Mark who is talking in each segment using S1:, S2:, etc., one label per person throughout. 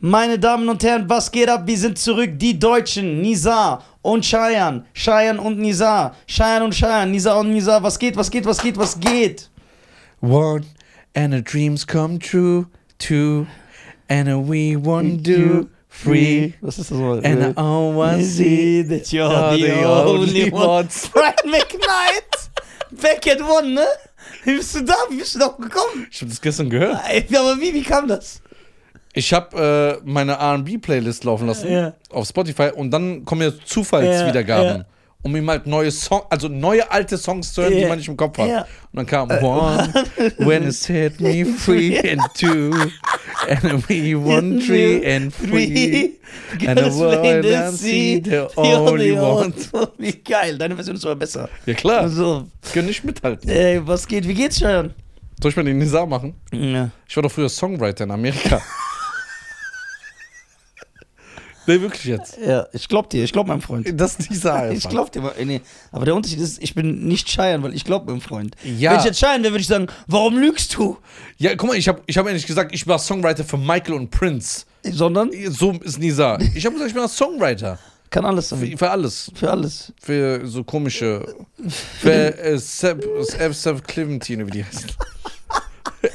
S1: Meine Damen und Herren, was geht ab? Wir sind zurück, die Deutschen, Nizar und Cheyenne, Cheyenne und Nizar, Cheyenne und Cheyenne, Nizar und Nizar, was geht, was geht, was geht, was geht?
S2: One and a dreams come true. Two and a we one do. Three
S1: Was ist das so?
S2: and I always see
S1: that
S2: are the only ones.
S1: Brian McKnight, Back at One, ne? Wie bist du da, wie bist du da gekommen?
S2: Ich habe das gestern gehört.
S1: Ey, Aber wie, wie kam das?
S2: Ich habe äh, meine R&B-Playlist laufen lassen
S1: Ja.
S2: auf Spotify und dann kommen ja Zufallswiedergaben,
S1: ja.
S2: um ihm halt neue Songs, also neue alte Songs zu hören, die
S1: Ja.
S2: man nicht im Kopf hat.
S1: Ja.
S2: Und dann kam One, When It's Hit Me Free and Two, and We One Three and Three. And the world I see, the only one.
S1: Wie geil, deine Version ist aber besser.
S2: Ja klar,
S1: Also,
S2: können nicht mithalten.
S1: ey, was geht? Wie geht's, Cheyenne?
S2: Soll ich mal den Nizar machen?
S1: Ja.
S2: Ich war doch früher Songwriter in Amerika. nee, wirklich jetzt.
S1: Ja, ich glaub dir, ich glaub meinem Freund.
S2: Das ist dieser einfach.
S1: Ich glaub dir, aber- nee, aber der Unterschied ist, ich bin nicht scheiern, weil ich glaub meinem Freund.
S2: Ja.
S1: Wenn ich jetzt scheiern wäre, würde ich sagen, warum lügst du?
S2: Ja, guck mal, ich habe ich hab ehrlich gesagt, ich war Songwriter für Michael und Prince.
S1: Sondern,
S2: So ist Nisa. Ich habe gesagt, ich bin ein Songwriter.
S1: kann alles sein.
S2: Für, für alles.
S1: Für alles.
S2: Für so komische. Für äh, Seb, Seb, Seb Clementine, wie die heißt.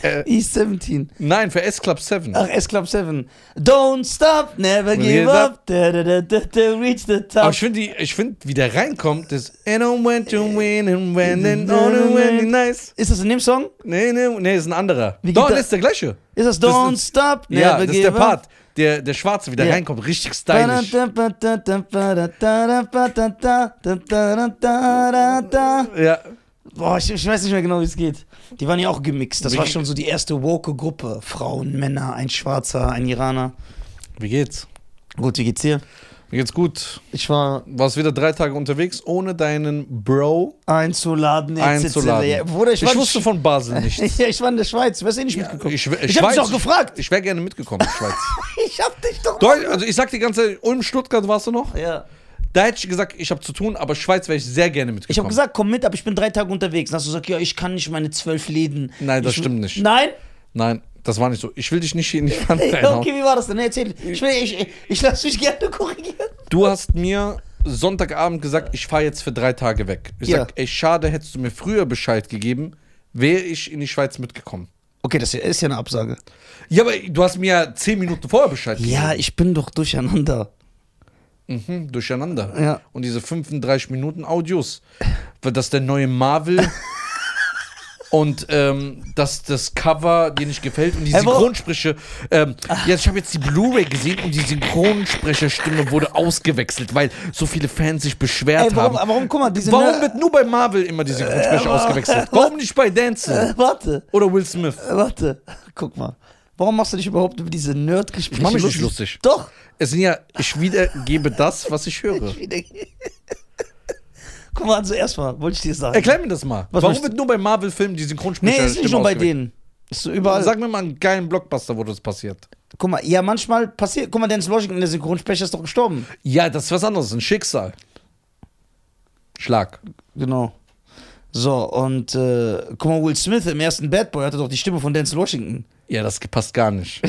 S2: Äh.
S1: E17.
S2: Nein, für S-Club 7.
S1: Ach, S-Club 7. Don't stop, never give
S2: give
S1: up. Da, da, da, da, da, reach the top.
S2: Aber ich finde, die- ich find, wie der reinkommt, das. And I went to win and when and on and when and nice.
S1: Ist das in dem Song?
S2: Nee, nee, nee, ist ein anderer.
S1: Wie geht
S2: Doch,
S1: der-
S2: das ist der gleiche.
S1: Ist das
S2: Das
S1: Don't
S2: ist-
S1: stop, never
S2: Ja, das
S1: give
S2: ist der
S1: up?
S2: Part. Der, der Schwarze, wie der
S1: Ja.
S2: reinkommt, richtig stylisch.
S1: äh,
S2: Ja.
S1: Boah, ich, ich weiß nicht mehr genau, wie es geht. Die waren ja auch gemixt. Das war schon so die erste woke Gruppe. Frauen, Männer, ein Schwarzer, ein Iraner.
S2: Wie geht's?
S1: Gut, wie geht's dir?
S2: Mir geht's gut.
S1: Ich war
S2: Warst wieder drei Tage unterwegs, ohne deinen Bro
S1: einzuladen. jetzt sitze- Ja,
S2: einzuladen.
S1: Bruder, ich, war
S2: ich
S1: in
S2: wusste von Basel nichts.
S1: Sch- ja, ich war in der Schweiz. Du hast eh nicht mitgekommen.
S2: Ich,
S1: Ich hab dich auch gefragt.
S2: Ich wäre gerne mitgekommen, Schweiz.
S1: Ich hab dich doch.
S2: Deu- also ich sag die ganze Zeit, Ulm, Stuttgart warst du noch?
S1: ja.
S2: Da hätte ich gesagt, ich habe zu tun, aber Schweiz wäre ich sehr gerne mitgekommen.
S1: Ich habe gesagt, komm mit, aber ich bin drei Tage unterwegs. Dann hast du gesagt, ja, ich kann nicht meine zwölf Läden.
S2: Nein, das
S1: ich,
S2: stimmt nicht.
S1: Nein?
S2: Nein, das war nicht so. Ich will dich nicht hier in die Pfanne
S1: Ja,
S2: reinhauen.
S1: okay, wie war das denn? Nee, Erzähl. Ich, will, ich, ich lasse mich gerne korrigieren.
S2: Du hast mir Sonntagabend gesagt, ich fahre jetzt für drei Tage weg. Ich
S1: Ja.
S2: sag, ey, schade, hättest du mir früher Bescheid gegeben, wäre ich in die Schweiz mitgekommen.
S1: Okay, das hier ist ja eine Absage.
S2: Ja, aber du hast mir ja zehn Minuten vorher Bescheid gegeben.
S1: Ja, ich bin doch durcheinander.
S2: Mhm, durcheinander.
S1: Ja.
S2: Und diese 35 Minuten Audios. Weil Das ist der neue Marvel. und ähm, das, das Cover, dir nicht gefällt. Und die
S1: Ey, wo-
S2: Synchronspreche. Ähm, ja, ich habe jetzt die Blu-ray gesehen und die Synchronsprecherstimme wurde ausgewechselt, weil so viele Fans sich beschwert
S1: Ey, warum,
S2: haben.
S1: warum, guck mal, diese.
S2: Warum
S1: Ne-
S2: wird nur bei Marvel immer die Synchronsprecher ausgewechselt? Warum nicht bei Dance
S1: Äh, warte,
S2: oder Will Smith?
S1: äh, warte. Guck mal. Warum machst du dich überhaupt über diese Nerd-Gespräche
S2: Ich mach mich nicht lustig.
S1: Doch.
S2: Es sind ja, ich wiedergebe das, was ich höre.
S1: Wieder- Guck mal, also erstmal wollte ich dir sagen.
S2: Erklär mir das mal.
S1: Was
S2: Warum
S1: möchtest-
S2: wird nur bei Marvel-Filmen die Synchronsprecher
S1: nee, ist nicht nur bei
S2: ausgewechselt?
S1: denen. Ist so überall.
S2: Sag mir mal einen geilen Blockbuster, wo das passiert.
S1: Guck mal, ja, manchmal passiert. Guck mal, Dennis Washington, der Synchronsprecher, ist doch gestorben.
S2: Ja, das ist was anderes, ein Schicksal. Schlag.
S1: Genau. So, und äh, guck mal, Will Smith im ersten Bad Boy hatte doch die Stimme von Denzel Washington.
S2: Ja, das passt gar nicht.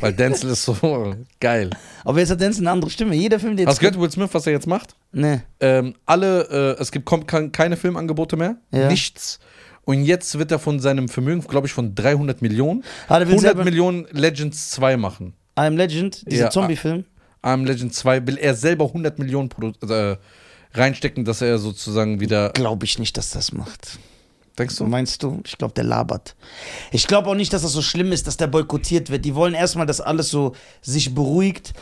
S2: Weil Denzel ist so geil.
S1: Aber jetzt hat Denzel eine andere Stimme. Jeder Film, der jetzt.
S2: Hast du gehört, Will Smith, was er jetzt macht?
S1: Nee.
S2: Ähm, alle, äh, es gibt kom- kein- keine Filmangebote mehr.
S1: Ja.
S2: Nichts. Und jetzt wird er von seinem Vermögen, glaube ich, von 300 Millionen,
S1: Ah, der will
S2: 100
S1: selber-
S2: Millionen Legends 2 machen.
S1: I'm Legend, dieser
S2: Ja, ah.
S1: Zombie-Film.
S2: Arm Legends 2 will er selber 100 Millionen produ- äh, reinstecken, dass er sozusagen wieder.
S1: Glaube ich nicht, dass das macht.
S2: Denkst
S1: So
S2: du?
S1: meinst du? Ich glaube, der labert. Ich glaube auch nicht, dass das so schlimm ist, dass der boykottiert wird. Die wollen erstmal, dass alles so sich beruhigt.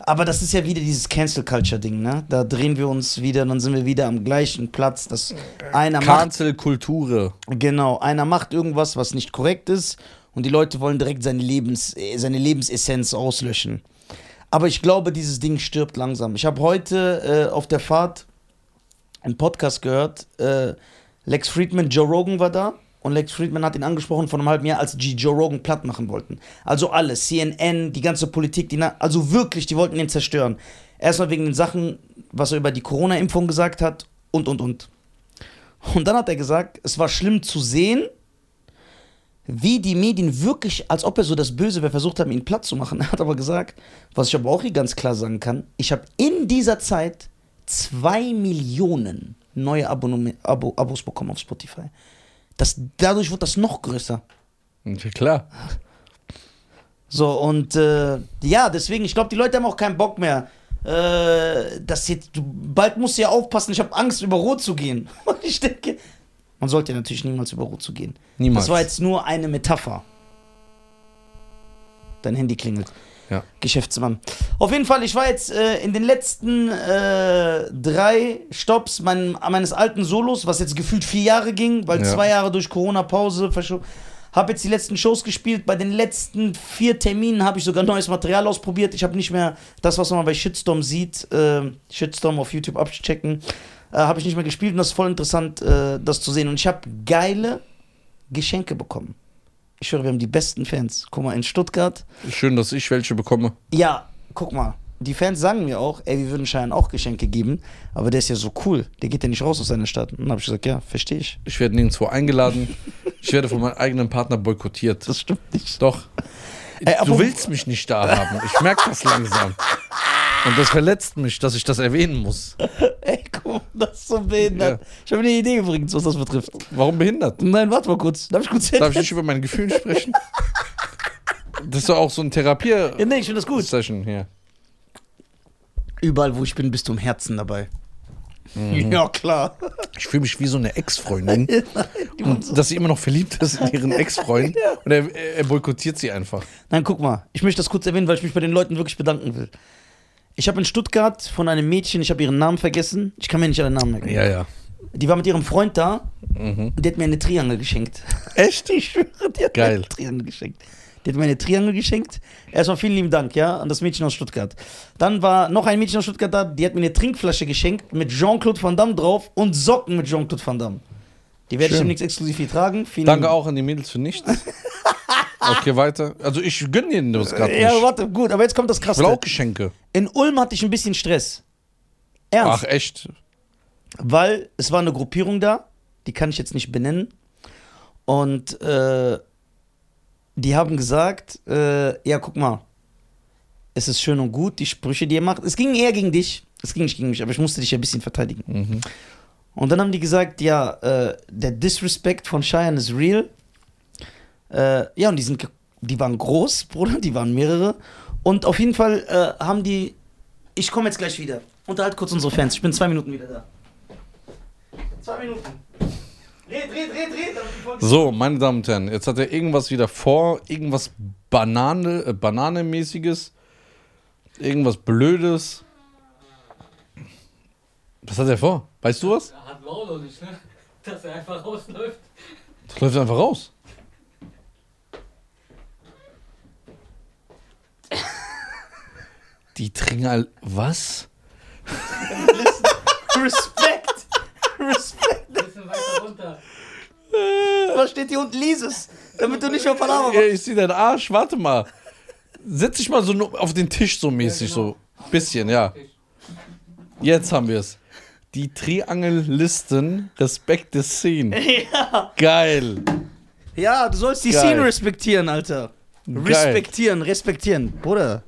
S1: Aber das ist ja wieder dieses Cancel Culture Ding, ne? Da drehen wir uns wieder, dann sind wir wieder am gleichen Platz, dass einer macht
S2: Cancel-Kulture.
S1: Genau, einer macht irgendwas, was nicht korrekt ist und die Leute wollen direkt seine, Lebens, äh, seine Lebensessenz auslöschen. Aber ich glaube, dieses Ding stirbt langsam. Ich habe heute äh, auf der Fahrt einen Podcast gehört. Äh, Lex Friedman, Joe Rogan war da und Lex Friedman hat ihn angesprochen vor einem halben Jahr, als die Joe Rogan platt machen wollten. Also alles, CNN, die ganze Politik, die na also wirklich, die wollten ihn zerstören. Erstmal wegen den Sachen, was er über die Corona-Impfung gesagt hat und und und. Und dann hat er gesagt, es war schlimm zu sehen, wie die Medien wirklich, als ob er so das Böse wäre, versucht haben, ihn platt zu machen. Er hat aber gesagt, was ich aber auch hier ganz klar sagen kann, ich habe in dieser Zeit zwei Millionen neue Abonnom- Abo Abos bekommen auf Spotify. Das, dadurch wird das noch größer.
S2: Ja, klar.
S1: So, und äh, ja, deswegen, ich glaube, die Leute haben auch keinen Bock mehr. Äh, das jetzt, du, bald musst du ja aufpassen, ich habe Angst, über Rot zu gehen. Und ich denke, man sollte natürlich niemals über Rot zu gehen.
S2: Niemals.
S1: Das war jetzt nur eine Metapher. Dein Handy klingelt.
S2: Ja.
S1: Geschäftsmann. Auf jeden Fall, ich war jetzt äh, in den letzten äh, drei Stops mein, meines alten Solos, was jetzt gefühlt vier Jahre ging, weil
S2: Ja.
S1: zwei Jahre durch Corona-Pause verschoben. Habe jetzt die letzten Shows gespielt. Bei den letzten vier Terminen habe ich sogar neues Material ausprobiert. Ich habe nicht mehr das, was man bei Shitstorm sieht, äh, Shitstorm auf YouTube abchecken, äh, habe ich nicht mehr gespielt. Und das ist voll interessant, äh, das zu sehen. Und ich habe geile Geschenke bekommen. Ich höre, wir haben die besten Fans. Guck mal, in Stuttgart
S2: Schön, dass ich welche bekomme.
S1: ja, guck mal. Die Fans sagen mir auch, ey, wir würden Schein auch Geschenke geben, aber der ist ja so cool, der geht ja nicht raus aus seiner Stadt. Und dann habe ich gesagt, ja, verstehe ich.
S2: Ich werde nirgendwo eingeladen. Ich werde von meinem eigenen Partner boykottiert.
S1: Das stimmt nicht.
S2: Doch.
S1: Ey, aber-
S2: du willst mich nicht da haben. Ich merke das langsam. Und das verletzt mich, dass ich das erwähnen muss.
S1: Ey, guck mal, das ist so behindert.
S2: Ja.
S1: Ich habe eine Idee übrigens, was das betrifft.
S2: Warum behindert?
S1: Nein, warte mal kurz. Darf ich kurz
S2: Darf ich nicht über meine Gefühle sprechen? Das ist doch auch so ein
S1: Ja,
S2: Therapie-Session
S1: nee, ich finde das gut.
S2: hier.
S1: Überall, wo ich bin, bist du im Herzen dabei. Mhm. Ja, klar.
S2: Ich fühle mich wie so eine Ex-Freundin,
S1: Die Mann-
S2: dass sie immer noch verliebt ist in ihren Ex-Freund und er, er boykottiert sie einfach.
S1: Nein, guck mal, ich möchte das kurz erwähnen, weil ich mich bei den Leuten wirklich bedanken will. Ich habe in Stuttgart von einem Mädchen, ich habe ihren Namen vergessen, ich kann mir nicht ihren Namen merken.
S2: Ja, ja.
S1: Die war mit ihrem Freund da
S2: Mhm.
S1: und der hat mir eine Triangel geschenkt.
S2: Echt?
S1: Ich schwöre, die hat mir
S2: Geil.
S1: eine Triangel geschenkt. Die hat mir eine Triangel geschenkt. Erstmal vielen lieben Dank, ja, an das Mädchen aus Stuttgart. Dann war noch ein Mädchen aus Stuttgart da, die hat mir eine Trinkflasche geschenkt mit Jean-Claude Van Damme drauf und Socken mit Jean-Claude Van Damme. Die werde ich
S2: Schön.
S1: demnächst exklusiv hier tragen. Vielen
S2: Danke auch an die Mädels für nichts. Okay, weiter. Also ich gönne denen das gerade nicht.
S1: Ja, warte, gut, aber jetzt kommt das
S2: ich will
S1: Krasse.
S2: auch Geschenke.
S1: In Ulm hatte ich ein bisschen Stress. Ernst.
S2: Ach, echt?
S1: weil es war eine Gruppierung da, die kann ich jetzt nicht benennen. Und äh, die haben gesagt, äh, ja, guck mal, es ist schön und gut, die Sprüche, die ihr macht. Es ging eher gegen dich, es ging nicht gegen mich, aber ich musste dich ja ein bisschen verteidigen.
S2: Mhm.
S1: Und dann haben die gesagt, ja, äh, der Disrespect von Cheyenne ist real. Äh, ja, und die, sind, ge- die waren groß, Bruder, die waren mehrere. Und auf jeden Fall äh, haben die, ich komme jetzt gleich wieder. Unterhalt kurz unsere Fans, ich bin zwei Minuten wieder da. Zwei Minuten. Red, red, red, red. damit die Folge-
S2: So, meine Damen und Herren, jetzt hat er irgendwas wieder vor, irgendwas Banane, äh, Bananenmäßiges, irgendwas Blödes. Was hat er vor? Weißt du was?
S3: Er hat Maul nicht, ne? Dass er einfach rausläuft.
S2: Das läuft einfach raus. Die trinken all. Was?
S1: Respekt. Respekt.
S3: Ein bisschen weiter runter.
S1: Da steht hier unten Lieses, damit du nicht mehr Palaver
S2: Ey,
S1: machst.
S2: ich sehe deinen Arsch, warte mal. Setz dich mal so nur auf den Tisch so mäßig, so. Bisschen, ja. Jetzt haben wir es. Die Triangellisten Respekt des Szenen.
S1: Ja.
S2: Geil.
S1: Ja, du sollst die
S2: Geil.
S1: Szene respektieren, Alter. Respektieren, respektieren. Bruder,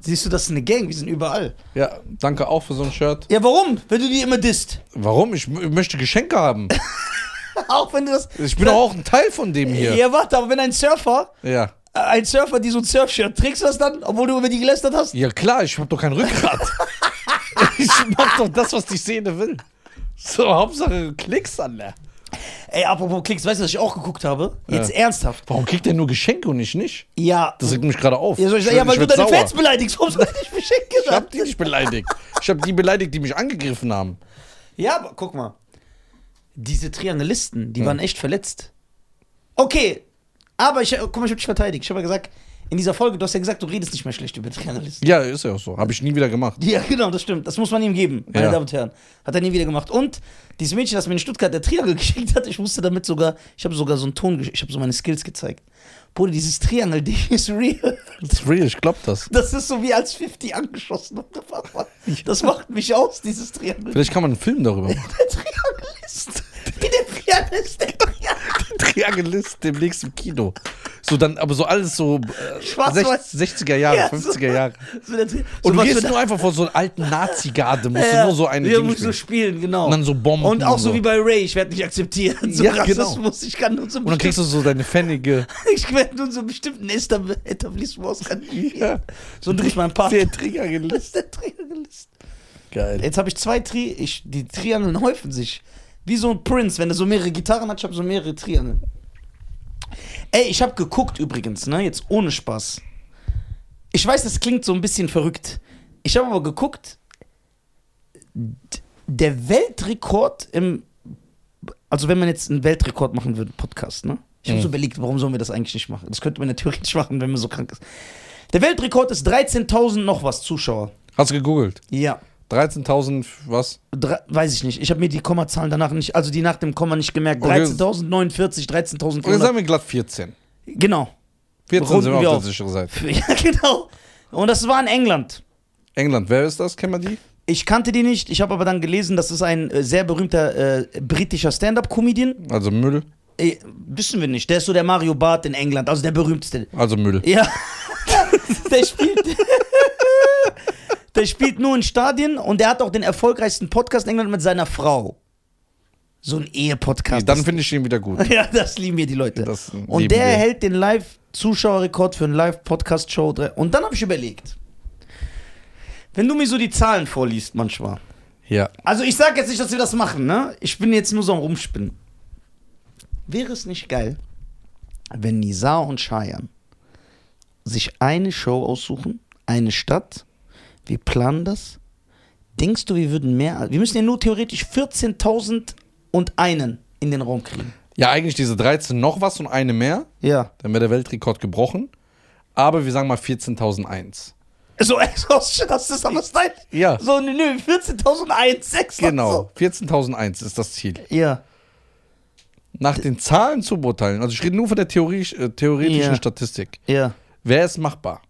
S1: siehst du, das ist eine Gang, wir sind überall.
S2: Ja, danke auch für so ein Shirt.
S1: Ja, warum? Wenn du die immer disst.
S2: Warum? Ich, m- ich möchte Geschenke haben.
S1: Auch wenn du das.
S2: Ich bin doch auch ein Teil von dem hier.
S1: Ja, warte, aber wenn ein Surfer,
S2: Ja.
S1: äh, ein Surfer, die so ein Surfshirt, trägst du das dann, obwohl du über die gelästert hast?
S2: Ja klar, ich hab doch kein Rückgrat. ich mach doch das, was die Szene will. So, Hauptsache Klicks an der.
S1: Ey, apropos Klicks, weißt du, was ich auch geguckt habe? Jetzt
S2: Ja.
S1: ernsthaft.
S2: Warum kriegt der nur Geschenke und ich nicht?
S1: Ja.
S2: Das regt mich gerade auf.
S1: ja, soll ich sagen, ja, weil du
S2: werd
S1: deine
S2: sauer.
S1: Fans beleidigst, warum soll ich mich schenken?
S2: Ich hab die nicht beleidigt. Ich hab die beleidigt, die mich angegriffen haben.
S1: Ja, aber guck mal. Diese Triangelisten, die waren echt verletzt. Okay, aber ich, guck mal, ich hab dich verteidigt. Ich habe ja gesagt, in dieser Folge, du hast ja gesagt, du redest nicht mehr schlecht über Triangelisten.
S2: Ja, ist ja auch so. Hab ich nie wieder gemacht.
S1: Ja, genau, das stimmt. Das muss man ihm geben, meine
S2: Ja.
S1: Damen und Herren. Hat er nie wieder gemacht. Und dieses Mädchen, das mir in Stuttgart der Triangel geschickt hat, ich musste damit sogar, ich habe sogar so einen Ton, gesch- ich habe so meine Skills gezeigt. Bruder, dieses Triangel-Ding ist real.
S2: It's real, ich glaub das.
S1: Das ist so wie als 50 angeschossen. Das macht mich aus, dieses Triangel.
S2: Vielleicht kann man einen Film darüber machen.
S1: Der Triangel ist. Wie der Pianist, der Triangel.
S2: Triangelist demnächst im Kino. So dann, aber so alles so äh,
S1: Schwarz-Weiß.
S2: 60, 60er Jahre,
S1: Ja, so.
S2: 50er Jahre.
S1: So der Tri-
S2: Und du
S1: sowas
S2: gehst
S1: wird-
S2: nur einfach vor so einen alten Nazi-Garde, musst
S1: Ja,
S2: du nur so eine
S1: Ja,
S2: Ding
S1: musst du
S2: spielen.
S1: spielen, genau.
S2: Und dann so Bomben
S1: Und auch so
S2: so.
S1: wie bei Ray, ich werde nicht akzeptiert. So
S2: Ja,
S1: ja,
S2: genau.
S1: Rassismus, ich kann nur so
S2: Und dann kriegst du so deine pfennige
S1: Ich werde nur so bestimmten Estab- Etablissements kann
S2: Ja.
S1: So dreh ich mein Paar.
S2: Der Triangelist.
S1: Das ist der Triangelist.
S2: Geil.
S1: Jetzt habe ich zwei Tri... Ich, die Triangeln häufen sich. Wie so ein Prince, wenn er so mehrere Gitarren hat, ich habe so mehrere Triangeln. Ey, ich habe geguckt übrigens, ne? Jetzt ohne Spaß. Ich weiß, das klingt so ein bisschen verrückt. Ich habe aber geguckt, d- der Weltrekord im. Also, wenn man jetzt einen Weltrekord machen würde, Podcast, ne? Ich habe
S2: Mhm.
S1: so überlegt, warum sollen wir das eigentlich nicht machen? Das könnte man ja theoretisch machen, wenn man so krank ist. Der Weltrekord ist 13.000 noch was Zuschauer.
S2: Hast du gegoogelt?
S1: Ja.
S2: 13.000 was?
S1: Drei, weiß ich nicht. Ich habe mir die Kommazahlen danach nicht, also die nach dem Komma nicht gemerkt.
S2: Okay.
S1: 13.049,
S2: Und dann
S1: 13.000.
S2: Also sagen wir glatt 14.
S1: Genau.
S2: 14 sind
S1: Runden
S2: wir
S1: wir
S2: auf
S1: auf.
S2: der sicheren Seite.
S1: Ja, genau. Und das war in England.
S2: England, wer ist das? Kennen wir die?
S1: Ich kannte die nicht, ich habe aber dann gelesen, das ist ein äh, sehr berühmter äh, britischer Stand-up-Comedian.
S2: Also Müll.
S1: Äh, wissen wir nicht, der ist so der Mario Barth in England, also der berühmteste.
S2: Also Müll.
S1: Ja, der spielt. der spielt nur in Stadien und der hat auch den erfolgreichsten Podcast in England mit seiner Frau. So ein Ehe-Podcast.
S2: Dann finde ich ihn wieder gut.
S1: Ja, das lieben mir die Leute.
S2: Das lieben
S1: und der
S2: wir.
S1: hält den Live-Zuschauerrekord für eine Live-Podcast-Show. Und dann habe ich überlegt, wenn du mir so die Zahlen vorliest manchmal.
S2: Ja.
S1: Also ich sage jetzt nicht, dass wir das machen, ne? Ich bin jetzt nur so am Rumspinnen. Wäre es nicht geil, wenn Nizar und Shayan sich eine Show aussuchen, eine Stadt, wir planen das. Denkst du, wir würden mehr, wir müssen ja nur theoretisch 14.000 und einen in den Raum kriegen.
S2: Ja, eigentlich diese 13 noch was und eine mehr.
S1: Ja.
S2: Dann wäre der Weltrekord gebrochen. Aber wir sagen mal 14.001.
S1: So Exhaustion, das ist aber Style.
S2: Ja.
S1: So, nö, nö 14.001, 6
S2: Genau. 14.001 ist das Ziel.
S1: So. Ja.
S2: Nach den Zahlen zu beurteilen, also ich rede nur von der Theorie, äh, theoretischen
S1: Ja.
S2: Statistik.
S1: Ja.
S2: Wäre es machbar?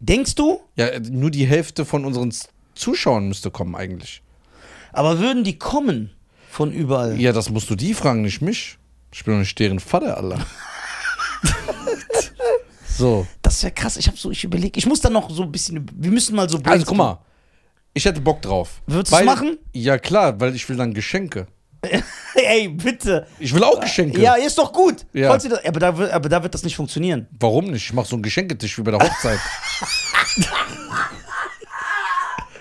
S1: Denkst du?
S2: Ja, äh, nur die Hälfte von unseren S- Zuschauern müsste kommen eigentlich.
S1: Aber würden die kommen von überall?
S2: Ja, das musst du die fragen, nicht mich. Ich bin doch nicht deren Vater, Alter. so.
S1: Das wäre krass. Ich habe so, ich überlege, ich muss da noch so ein bisschen, wir müssen mal so.
S2: Also guck mal, ich hätte Bock drauf.
S1: Würdest
S2: Weil-
S1: du's machen?
S2: Ja klar, weil ich will dann Geschenke.
S1: Ey, bitte.
S2: Ich will auch Geschenke.
S1: Äh, Ja, ist doch gut.
S2: Ja.
S1: Falls ihr das, aber, da, wird- aber da wird das nicht funktionieren.
S2: Warum nicht? Ich mach so einen Geschenketisch wie bei der Hochzeit.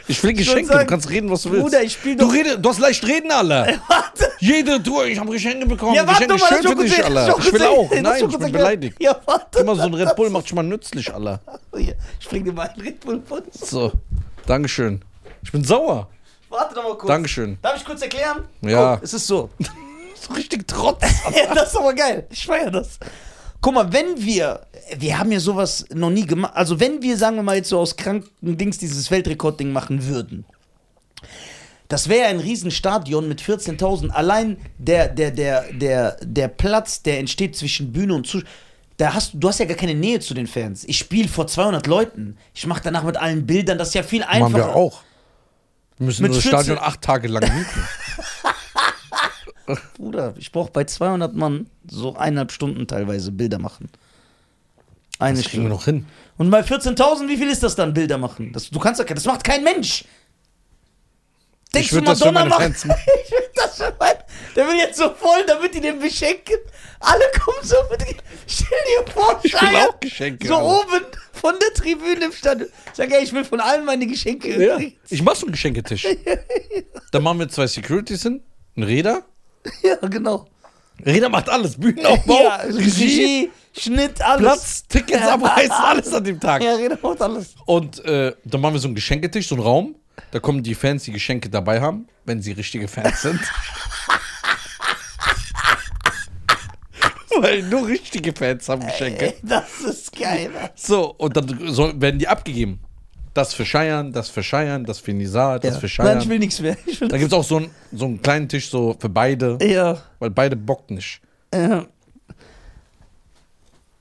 S2: ich will
S1: würd
S2: Geschenke,
S1: sagen,
S2: du kannst reden, was du willst.
S1: Bruder, ich spiel
S2: du,
S1: doch-
S2: rede, du hast leicht reden, Alter.
S1: Warte.
S2: Jede Tour, ich habe Geschenke bekommen.
S1: Ja, warte
S2: Geschenke
S1: mal,
S2: schön für dich, Alter. Ich will auch. Nein, ich bin beleidigt.
S1: Ja, warte.
S2: Immer so ein Red Bull macht schon mal nützlich, Alter.
S1: Hier, Ich bring dir mal einen Red Bull vor.
S2: So, Dankeschön. Ich bin sauer.
S1: Warte noch mal kurz.
S2: Dankeschön.
S1: Darf ich kurz erklären?
S2: Ja.
S1: Guck, es ist so.
S2: So richtig trotz.
S1: ja, das ist aber geil. Ich feiere das. Guck mal, wenn wir, wir haben ja sowas noch nie gemacht, also wenn wir, sagen wir mal, jetzt so aus kranken Dings dieses Weltrekordding machen würden, das wäre ja ein Riesenstadion mit 14.000. Allein der, der, der, der, der Platz, der entsteht zwischen Bühne und Zuschauer, da hast du, du hast ja gar keine Nähe zu den Fans. Ich spiele vor 200 Leuten. Ich mache danach mit allen Bildern, das ist ja viel einfacher.
S2: Machen wir auch. Wir müssen
S1: Mit
S2: nur das
S1: Schütze.
S2: Stadion acht Tage lang mieten.
S1: Bruder, ich brauche bei 200 Mann so eineinhalb Stunden teilweise Bilder machen. Eine
S2: Das
S1: Stunde.
S2: kriegen wir noch hin.
S1: Und bei 14.000, wie viel ist das dann, Bilder machen? Das, du kannst doch, das macht kein Mensch. Denkst
S2: Ich
S1: du,
S2: würd das für
S1: Madonna
S2: meine
S1: macht?
S2: Fans machen.
S1: ich will das für meine. Der will jetzt so voll, damit die den beschenken. Alle kommen so mit. Stell dir vor, ich
S2: will auch Geschenke,
S1: So
S2: aber-
S1: oben von der Tribüne im Stadion. Sag, ey, ich will von allen meine Geschenke.
S2: Ja. Ich mach so einen Geschenketisch. Dann machen wir zwei Securities hin, ein Räder.
S1: ja genau.
S2: Räder macht alles. Bühnenaufbau,
S1: ja, also
S2: Regie,
S1: Regie, Schnitt, alles.
S2: Platz, Tickets abreißen, alles an dem Tag.
S1: Ja, Reda macht alles.
S2: Und äh, dann machen wir so einen Geschenketisch, so einen Raum. Da kommen die Fans, die Geschenke dabei haben, wenn sie richtige Fans sind. Weil nur richtige Fans haben Geschenke.
S1: Ey, das ist geil.
S2: So, und dann soll, werden die abgegeben. Das für Scheiern, das für Scheiern, das für Nizar, das
S1: Ja.
S2: für Scheiern.
S1: Nein, ich will nichts mehr. Ich will
S2: Da gibt es auch so einen, so einen kleinen Tisch so für beide,
S1: ja.
S2: weil beide bockt nicht.
S1: Ja.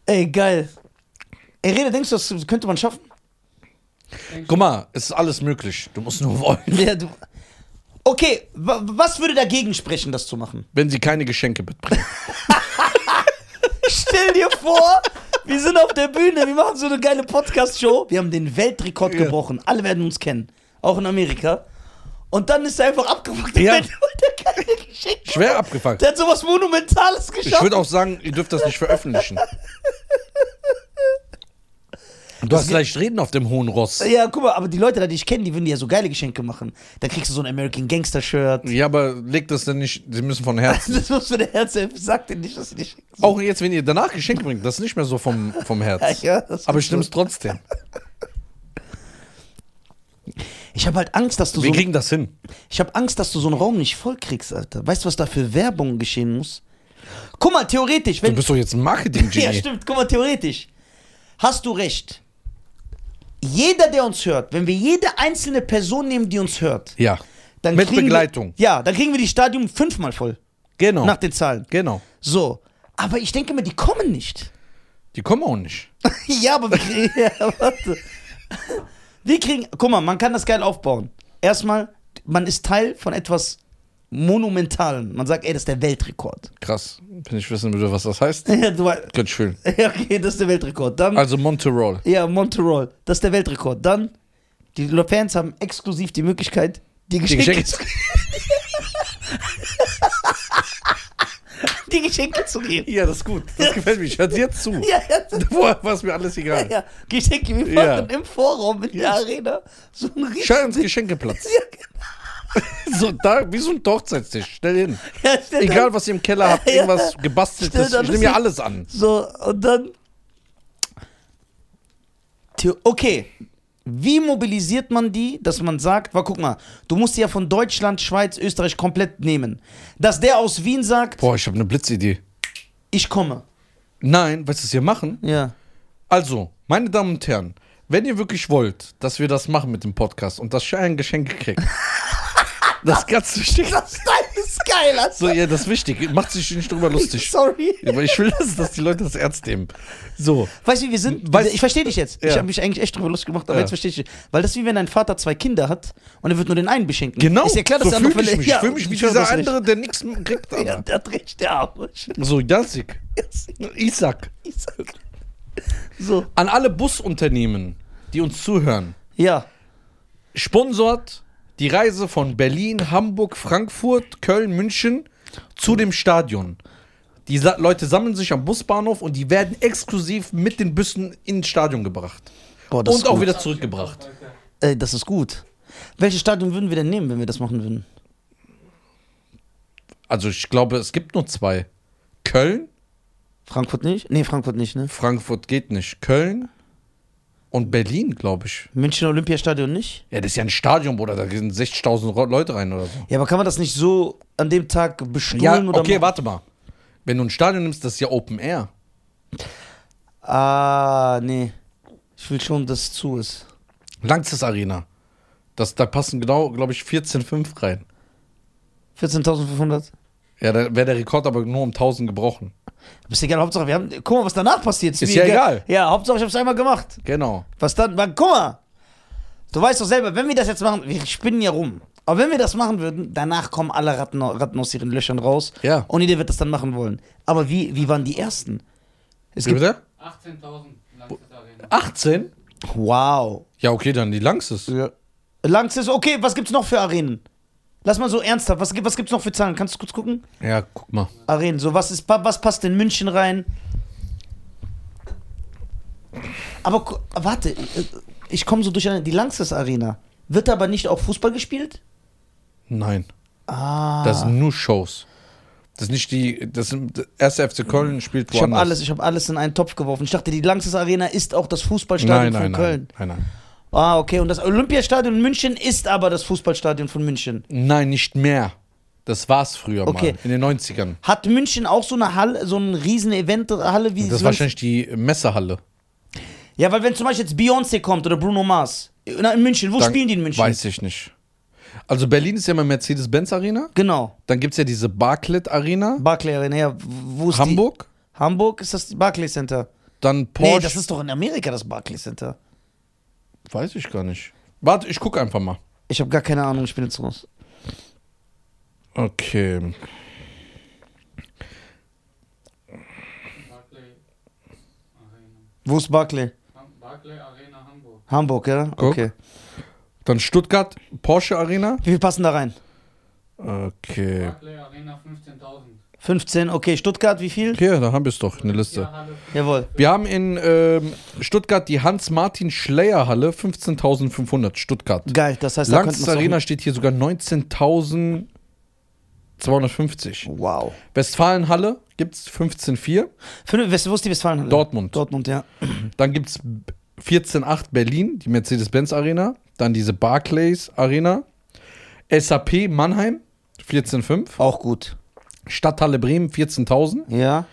S1: Ey, geil. Ey, Rede, denkst du, das könnte man schaffen?
S2: Guck mal, es ist alles möglich. Du musst nur wollen.
S1: Ja, du. Okay, wa was würde dagegen sprechen, das zu machen?
S2: Wenn sie keine Geschenke mitbringen.
S1: Stell dir vor, wir sind auf der Bühne, wir machen so eine geile Podcast-Show. Wir haben den Weltrekord
S2: Ja.
S1: gebrochen. Alle werden uns kennen. Auch in Amerika. Und dann ist er einfach abgefuckt.
S2: Ja.
S1: Der, der geile Geschenk.
S2: Schwer abgefuckt.
S1: Der hat sowas Monumentales
S2: Ich
S1: geschafft.
S2: würde auch sagen, ihr dürft das nicht veröffentlichen. Du hast leicht reden auf dem hohen Ross.
S1: Äh, ja, guck mal, aber die Leute, die ich kenne, die würden dir ja so geile Geschenke machen. Da kriegst du so ein American Gangster-Shirt.
S2: Ja, aber legt das denn nicht, sie müssen von Herzen.
S1: Das muss für der Herz sagt dir nicht, dass sie dich.
S2: Auch jetzt, wenn ihr danach Geschenke bringt, das ist nicht mehr so vom, vom Herz.
S1: Ja, das
S2: Aber
S1: ist Also
S2: ich nehme es trotzdem.
S1: Ich habe halt Angst, dass du
S2: Wir
S1: so.
S2: kriegen das hin.
S1: Ich habe Angst, dass du so einen Raum nicht voll kriegst, Alter. Weißt du, was da für Werbung geschehen muss? Guck mal, theoretisch,
S2: Du
S1: wenn.
S2: bist doch jetzt ein
S1: ja,
S2: Marketing-Genie.
S1: stimmt, guck mal, theoretisch. Hast du recht. Jeder, der uns hört, wenn wir jede einzelne Person nehmen, die uns hört,
S2: Ja.
S1: dann
S2: Mit
S1: kriegen
S2: Begleitung.
S1: Wir, ja, dann kriegen wir die Stadium fünfmal voll.
S2: Genau.
S1: Nach den Zahlen.
S2: Genau.
S1: So. Aber ich denke mal, die kommen nicht.
S2: Die kommen auch nicht.
S1: ja, aber wir kriegen. Ja, warte. Wir kriegen. Guck mal, man kann das geil aufbauen. Erstmal, man ist Teil von etwas Monumentalen. Man sagt, ey, das ist der Weltrekord.
S2: Krass. Wenn ich wissen würde, was das heißt.
S1: Ja, du, wei-
S2: Ganz schön.
S1: ja, okay, das ist der Weltrekord. Dann,
S2: Also Monterol.
S1: ja, Monterol, das ist der Weltrekord. Dann, die Fans haben exklusiv die Möglichkeit, die
S2: Die
S1: Geschenke,
S2: Geschenke.
S1: die Geschenke. zu geben.
S2: Ja, das ist gut. Das gefällt mir. Ich höre dir zu.
S1: Ja, ja, das
S2: Vorher war es mir alles egal.
S1: Ja, Geschenke, wir
S2: Ja.
S1: machen im Vorraum in der Arena so ein riesen...
S2: Schau uns Geschenkeplatz.
S1: Ja, genau.
S2: So, da, wie so ein Hochzeitstisch. Stell hin.
S1: Ja, stell dir-
S2: Egal, was ihr im Keller habt,
S1: Ja.
S2: irgendwas gebasteltes.
S1: Stell da
S2: Ich nehme ja
S1: ein
S2: alles an.
S1: So, und dann... Theo- Okay, wie mobilisiert man die, dass man sagt, weil guck mal, du musst die ja von Deutschland, Schweiz, Österreich komplett nehmen. Dass der aus Wien sagt,
S2: Boah, ich habe eine Blitzidee.
S1: ich komme.
S2: Nein, weißt du, was wir machen?
S1: Ja.
S2: Also, meine Damen und Herren, wenn ihr wirklich wollt, dass wir das machen mit dem Podcast und dass Cheyenne Geschenke kriegt, das ganz wichtig.
S1: Das Teil ist geil, also.
S2: So, ja, das ist wichtig. Macht sich nicht drüber lustig.
S1: Sorry.
S2: Ja, Aber ich will, dass, dass die Leute das ernst nehmen. So,
S1: Weißt du, wie wir sind?
S2: Weißt-
S1: ich verstehe dich jetzt. Ich
S2: Ja.
S1: habe mich eigentlich echt drüber lustig gemacht, aber
S2: Ja.
S1: jetzt verstehe ich dich. Weil das ist wie wenn dein Vater zwei Kinder hat und er wird nur den einen beschenken.
S2: genau.
S1: Ist ja klar, dass
S2: so
S1: der
S2: fühle
S1: andere
S2: ich mich.
S1: Ja,
S2: ich fühle mich wie
S1: ich höre
S2: dieser
S1: das
S2: andere, der nichts kriegt.
S1: Recht. Ja,
S2: Alter.
S1: der hat recht, der Arme.
S2: So, Jansik. Isaac.
S1: So,
S2: An alle Busunternehmen, die uns zuhören,
S1: ja.
S2: sponsort die Reise von Berlin, Hamburg, Frankfurt, Köln, München zu dem Stadion. Die Sa Leute sammeln sich am Busbahnhof und die werden exklusiv mit den Bussen ins Stadion gebracht.
S1: Boah,
S2: Und auch
S1: gut.
S2: wieder zurückgebracht.
S1: Äh, das ist gut. Welches Stadion würden wir denn nehmen, wenn wir das machen würden?
S2: Also ich glaube, es gibt nur zwei. Köln,
S1: Frankfurt nicht? Nee, Frankfurt nicht, ne?
S2: Frankfurt geht nicht. Köln und Berlin, glaube ich.
S1: München Olympiastadion nicht?
S2: Ja, das ist ja ein Stadion, Bruder. Da gehen 60.000 Ro- Leute rein oder so.
S1: Ja, aber kann man das nicht so an dem Tag bestimmen
S2: Ja,
S1: oder
S2: okay,
S1: machen?
S2: warte mal. Wenn du ein Stadion nimmst, das ist ja Open Air.
S1: Ah, nee. Ich will schon, dass es zu ist.
S2: Langstes Arena. Das, da passen genau, glaube ich, 14,5 rein.
S1: 14.500?
S2: Ja, da wäre der Rekord aber nur um 1000 gebrochen.
S1: Ist egal, Hauptsache, wir haben. Guck mal, was danach passiert.
S2: Ist
S1: mir
S2: ja egal.
S1: Ja, Hauptsache, ich hab's einmal gemacht.
S2: Genau.
S1: Was dann? Man, guck mal. Du weißt doch selber, wenn wir das jetzt machen, wir spinnen ja rum. Aber wenn wir das machen würden, danach kommen alle Ratten, Ratten aus ihren Löchern raus.
S2: Ja.
S1: Und jeder wird das dann machen wollen. Aber wie, wie waren die ersten? Es
S2: Wie
S1: gibt.
S2: bitte?
S3: 18.000 Langstes Arena.
S2: 18?
S1: Wow.
S2: Ja, okay, dann die Langstes.
S1: Ja. Langsys, okay, was gibt's noch für Arenen? Lass mal so ernsthaft, was, gibt- was gibt's noch für Zahlen? Kannst du kurz gucken?
S2: Ja, guck mal.
S1: Arenen. So, was, ist, pa- was passt in München rein? Aber gu- warte, ich- ich komme so durcheinander. Die Lanxess Arena. Wird aber nicht auch Fußball gespielt?
S2: Nein,
S1: Ah.
S2: das sind nur Shows. Das ist nicht die. Das sind, erste FC Köln spielt
S1: ich habe
S2: woanders.
S1: alles, ich hab alles in einen Topf geworfen. Ich dachte, die Lanxess Arena ist auch das Fußballstadion
S2: nein, nein,
S1: von Köln.
S2: nein, nein, nein.
S1: Ah, okay. Und das Olympiastadion in München ist aber das Fußballstadion von München.
S2: Nein, nicht mehr. Das war's früher
S1: Okay.
S2: mal. In den 90ern.
S1: Hat München auch so eine Halle, so eine riesen Eventhalle wie
S2: Das ist
S1: so ein-
S2: wahrscheinlich die Messehalle.
S1: Ja, weil wenn zum Beispiel jetzt Beyoncé kommt oder Bruno Mars in in München, wo
S2: Dann-
S1: spielen die in München?
S2: Weiß ich nicht. Also Berlin ist ja immer Mercedes-Benz Arena.
S1: Genau.
S2: Dann gibt es ja diese Barclit Arena.
S1: Barclay Arena, ja. Wo ist
S2: Hamburg.
S1: Die? Hamburg ist das die Barclay Center.
S2: Dann
S1: Nee,
S2: Porsche.
S1: das ist doch in Amerika das Barclay Center.
S2: Weiß ich gar nicht. Warte, ich guck einfach mal.
S1: Ich habe gar keine Ahnung, ich bin jetzt raus.
S2: Okay.
S3: Barclay
S1: Wo ist Barclay?
S3: Ham- Barclay Arena Hamburg.
S1: Hamburg, ja?
S2: Guck.
S1: Okay.
S2: Dann Stuttgart, Porsche Arena.
S1: Wie viel passen da rein?
S2: Okay.
S3: Barclay Arena 15.000.
S1: 15, okay. Stuttgart, wie viel?
S2: Hier, da haben wir es doch, eine Liste.
S3: Halle
S1: Jawohl.
S2: Wir haben in ähm, Stuttgart die Hans-Martin-Schleyer-Halle, 15.500 Stuttgart.
S1: Geil, das heißt, da könnten
S2: Lanxess
S1: wir's auch-
S2: Arena steht hier sogar 19.250.
S1: Wow.
S2: Westfalenhalle gibt es 15.4.
S1: Fünf- West- Wo ist die Westfalenhalle?
S2: Dortmund.
S1: Dortmund, ja.
S2: Dann gibt es 14.8 Berlin, die Mercedes-Benz Arena. Dann diese Barclays Arena. SAP Mannheim, 14.5.
S1: Auch gut.
S2: Stadthalle Bremen, 14.000.
S1: Ja.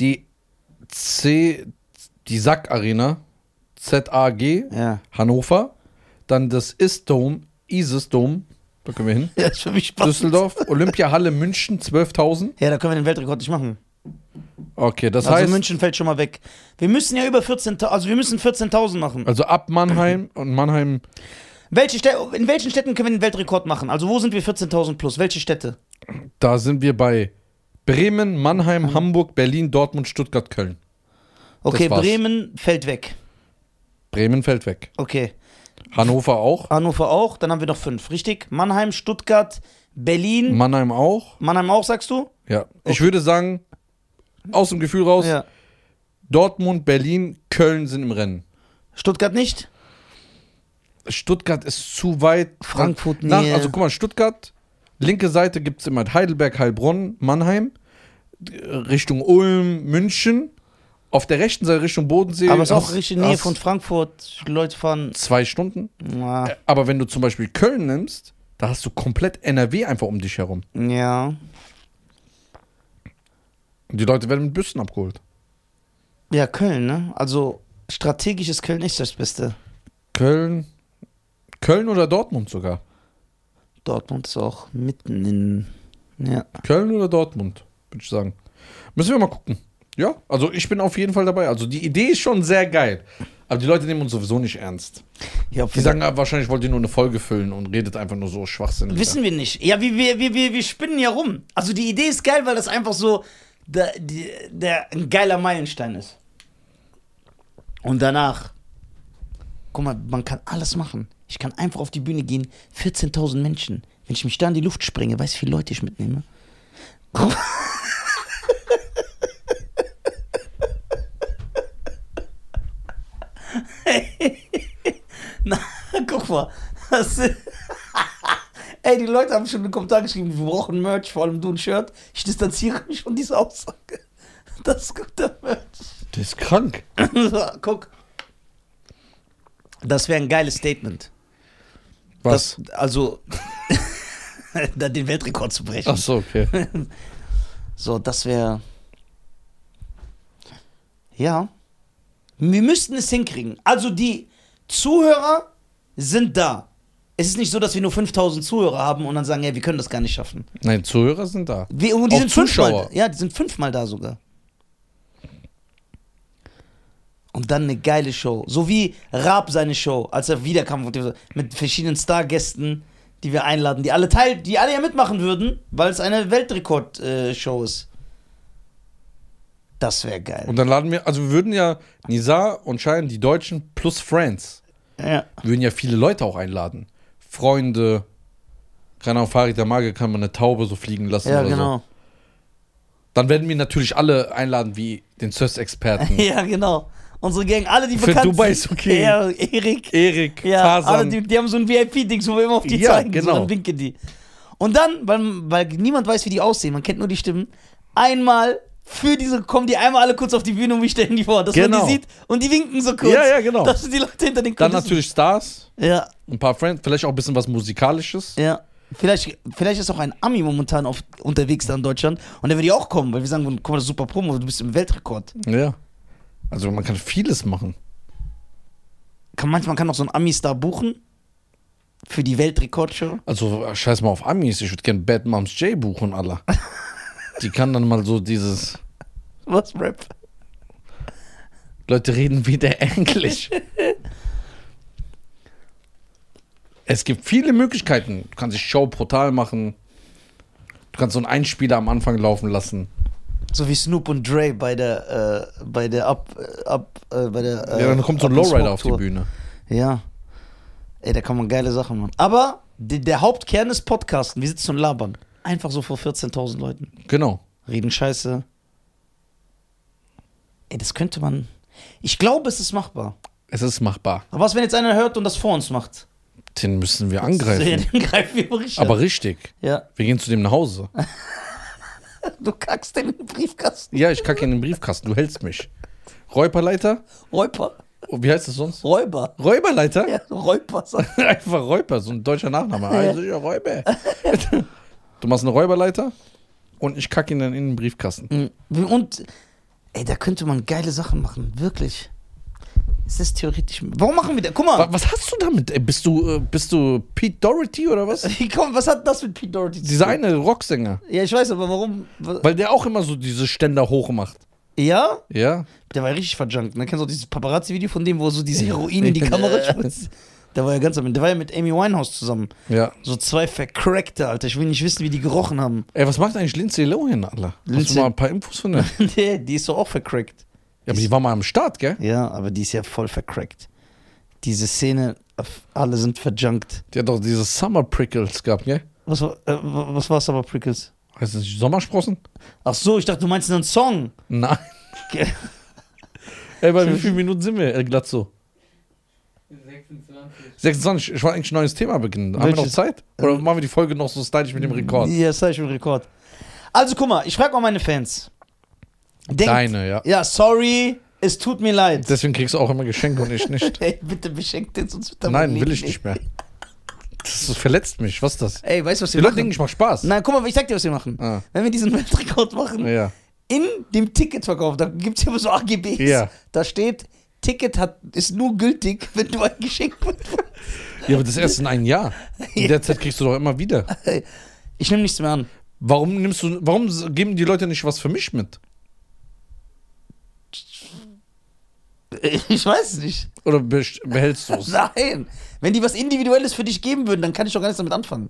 S2: Die C, die Sack Arena, ZAG,
S1: Ja.
S2: Hannover. Dann das Ist-Dome, Isis-Dome, da können wir hin.
S1: Ja, ist für mich spannend.
S2: Düsseldorf, Olympiahalle München, 12.000.
S1: Ja, da können wir den Weltrekord nicht machen.
S2: Okay, das
S1: also
S2: heißt,
S1: München fällt schon mal weg. Wir müssen ja über 14.000, also wir müssen 14.000 machen.
S2: also ab Mannheim und Mannheim,
S1: Welche Städte, in welchen Städten können wir den Weltrekord machen? Also wo sind wir 14.000 plus? Welche Städte?
S2: da sind wir bei Bremen, Mannheim,
S1: Mhm.
S2: Hamburg, Berlin, Dortmund, Stuttgart, Köln.
S1: Okay,
S2: war's.
S1: Bremen fällt weg.
S2: Bremen fällt weg.
S1: Okay.
S2: Hannover auch,
S1: Hannover auch, dann haben wir noch fünf, richtig? Mannheim, Stuttgart, Berlin.
S2: Mannheim auch.
S1: Mannheim auch, sagst du?
S2: Ja, ich würde sagen, aus dem Gefühl raus,
S1: Ja.
S2: Dortmund, Berlin, Köln sind im Rennen.
S1: Stuttgart nicht?
S2: Stuttgart ist zu weit.
S1: Frankfurt,
S2: Nach,
S1: nee.
S2: Also guck mal, Stuttgart, linke Seite gibt es immer Heidelberg, Heilbronn, Mannheim, d- Richtung Ulm, München. Auf der rechten Seite Richtung Bodensee.
S1: Aber es ist auch
S2: hast-
S1: richtig in der Nähe
S2: hast
S1: von Frankfurt. Leute fahren.
S2: Zwei Stunden.
S1: Ja.
S2: Aber wenn du zum Beispiel Köln nimmst, da hast du komplett NRW einfach um dich herum.
S1: Ja.
S2: Und die Leute werden mit Büssen abgeholt.
S1: Ja, Köln, ne? Also strategisch ist Köln nicht das Beste.
S2: Köln. Köln oder Dortmund sogar.
S1: Dortmund ist auch mitten in. Ja.
S2: Köln oder Dortmund, würde ich sagen. Müssen wir mal gucken. Ja, also ich bin auf jeden Fall dabei. Also die Idee ist schon sehr geil. Aber die Leute nehmen uns sowieso nicht ernst.
S1: ja ob
S2: Die
S1: wir-
S2: sagen, ah, wahrscheinlich wollt ihr nur eine Folge füllen und redet einfach nur so Schwachsinn.
S1: Wissen wir nicht. Ja, wir, wir, wir, wir, wir spinnen ja rum. Also die Idee ist geil, weil das einfach so der, die- der, ein geiler Meilenstein ist. Und danach, guck mal, man kann alles machen. Ich kann einfach auf die Bühne gehen, 14.000 Menschen. Wenn ich mich da in die Luft springe, weißt du, wie viele Leute ich mitnehme? Na, guck mal. Das ist Ey, die Leute haben schon in den Kommentar geschrieben, wir brauchen Merch, vor allem du ein Shirt. Ich distanziere mich von dieser Aussage. Das ist guter Merch.
S2: Das ist krank.
S1: Guck. Das wäre ein geiles Statement.
S2: Was?
S1: Das, also, da den Weltrekord zu brechen.
S2: Ach so, okay.
S1: So, das wäre. Ja. Wir müssten es hinkriegen. Also, die Zuhörer sind da. Es ist nicht so, dass wir nur 5000 Zuhörer haben und dann sagen, ja, wir können das gar nicht schaffen.
S2: Nein, Zuhörer sind da.
S1: Wir, und die
S2: Auch
S1: sind fünfmal,
S2: Zuschauer.
S1: ja, die sind fünfmal da sogar. Und dann eine geile Show. So wie Raab seine Show, als er wiederkam und die- mit verschiedenen Stargästen, die wir einladen, die alle teil, die alle ja mitmachen würden, weil es eine Weltrekord-Show ist. Das wäre geil.
S2: Und dann laden wir, also wir würden ja Nizar und Schein, die Deutschen plus Friends,
S1: Ja.
S2: würden ja viele Leute auch einladen. Freunde, keine Ahnung, Farid der Magier kann man eine Taube so also. fliegen lassen
S1: Ja,
S2: oder so.
S1: genau.
S2: Dann werden wir natürlich alle einladen, wie den CES-Experten.
S1: Ja, genau. Unsere Gang, alle, die
S2: Hm. Für
S1: bekannt
S2: Dubai
S1: sind.
S2: ist okay.
S1: Ja, Erik.
S2: Erik,
S1: Ja, alle,
S2: Tarzan.
S1: die, die haben so ein VIP-Dings, wo wir immer auf die
S2: Ja,
S1: zeigen, so,
S2: genau.
S1: dann winken die. Und dann, weil, weil niemand weiß, wie die aussehen, man kennt nur die Stimmen, einmal für diese kommen die einmal alle kurz auf die Bühne und wir stellen die vor, dass
S2: Genau.
S1: man die sieht und die winken so kurz.
S2: Ja, ja, genau.
S1: Das sind die Leute hinter den
S2: dann
S1: Kulissen.
S2: natürlich Stars,
S1: Ja,
S2: ein paar Friends, vielleicht auch ein bisschen was Musikalisches.
S1: ja. Vielleicht, vielleicht ist auch ein Ami momentan auf, unterwegs da in Deutschland und der würde ja auch kommen, weil wir sagen, guck mal, das ist super Promo, du bist im Weltrekord.
S2: Ja. Also man kann vieles machen.
S1: Kann, manchmal kann auch so ein Ami-Star buchen für die Weltrekordshow.
S2: Also äh, scheiß mal auf Amis, ich würde gerne Bad Moms J buchen, Allah. Die kann dann mal so dieses,
S1: Was, Rap?
S2: Leute reden wieder Englisch. es gibt viele Möglichkeiten. Du kannst die Show brutal machen. Du kannst so einen Einspieler am Anfang laufen lassen.
S1: So wie Snoop und Dre bei der, äh, bei der Up, äh, Up, äh, bei der. Äh,
S2: Ja, dann kommt so ein
S1: Up and
S2: Lowrider
S1: Smoke
S2: auf die
S1: Tour.
S2: Bühne.
S1: Ja. Ey, da kann man geile Sachen machen. Aber die, der Hauptkern ist Podcasten. Wir sitzen und labern. Einfach so vor 14.000 Leuten.
S2: Genau.
S1: Reden Scheiße. Ey, das könnte man. Ich glaube, es ist machbar.
S2: Es ist machbar.
S1: Aber was, wenn jetzt einer hört und das vor uns macht?
S2: Den müssen wir angreifen.
S1: Ja, dann greifen wir richtig. an.
S2: Aber richtig.
S1: ja,
S2: Wir gehen zu dem nach Hause.
S1: du kackst den in den Briefkasten.
S2: Ja, ich kacke in den Briefkasten. Du hältst mich. Räuberleiter?
S1: Räuber.
S2: Oh, Wie heißt das sonst?
S1: Räuber.
S2: Räuberleiter?
S1: Ja, Räuber. sag-
S2: Einfach Räuber, so ein deutscher Nachname. Also ich Räuber. Du machst eine Räuberleiter und ich kacke ihn dann in den Briefkasten.
S1: Hm. Und, ey, da könnte man geile Sachen machen. Wirklich. Es ist theoretisch. Warum machen wir das? Guck mal.
S2: Wa- Was hast du damit? Ey, Bist du, äh, bist du Pete Doherty oder was?
S1: Wie Komm, was hat das mit Pete Doherty zu
S2: Dieser eine Rocksänger.
S1: Ja, ich weiß, aber warum? wa-
S2: Weil der auch immer so diese Ständer hoch macht.
S1: Ja?
S2: Ja?
S1: Der war ja richtig verjunkt. Ne? Kennst du auch dieses Paparazzi-Video von dem, wo so diese Heroin in die Kamera spritzt? Der war ja ganz am Ende. Der war ja mit Amy Winehouse zusammen.
S2: Ja.
S1: So zwei Vercrackte, Alter. Ich will nicht wissen, wie die gerochen haben.
S2: Ey, was macht eigentlich Lindsay Lohan, Alter? Hast du
S1: Lindsay-
S2: mal ein paar Infos von der?
S1: nee, die ist doch auch vercrackt.
S2: Ja, aber die war mal am Start, gell?
S1: Ja, aber die ist ja voll vercrackt. Diese Szene, auf- alle sind verjunkt.
S2: Die hat doch diese Summer Prickles gehabt, gell?
S1: Was, war- äh, wa- was war's aber, Prickles?
S2: Heißt das nicht Sommersprossen?
S1: Ach so, ich dachte, du meinst einen Song.
S2: Nein. Ey, bei wie vielen Minuten sind wir, äh, glatt so?
S3: 26.
S2: 26, ich wollte eigentlich ein neues Thema beginnen. Haben wir noch
S1: Welches? Hm,
S2: Zeit? Oder machen wir die Folge noch so stylisch mit dem Rekord?
S1: Ja, das ist schon ein Rekord. Also guck mal, ich frage mal meine Fans. Denkt,
S2: Deine, ja.
S1: Ja, sorry, es tut mir leid.
S2: Deswegen kriegst du auch immer Geschenke und ich nicht.
S1: Ey, bitte beschenkt den, sonst wird er
S2: Nein,
S1: mein
S2: will
S1: Leben
S2: ich nicht mehr. Das verletzt mich, was ist das?
S1: Ey, weißt du, was
S2: Die
S1: wir
S2: Leute denken,
S1: machen?
S2: ich mach Spaß.
S1: Nein, guck mal, ich sag dir, was wir machen.
S2: Ah.
S1: Wenn wir diesen Weltrekord machen,
S2: Ja.
S1: in dem Ticketverkauf, da gibt es ja immer so AGBs,
S2: Ja.
S1: da steht, Ticket hat, ist nur gültig, wenn du ein Geschenk bekommst.
S2: ja, aber das erst in einem Jahr. In der Zeit kriegst du doch immer wieder.
S1: Ich nehme nichts mehr an.
S2: Warum nimmst du, warum s- geben die Leute nicht was für mich mit?
S1: Ich weiß es nicht.
S2: Oder best- behältst du es?
S1: Nein. Wenn die was Individuelles für dich geben würden, dann kann ich doch gar nichts damit anfangen.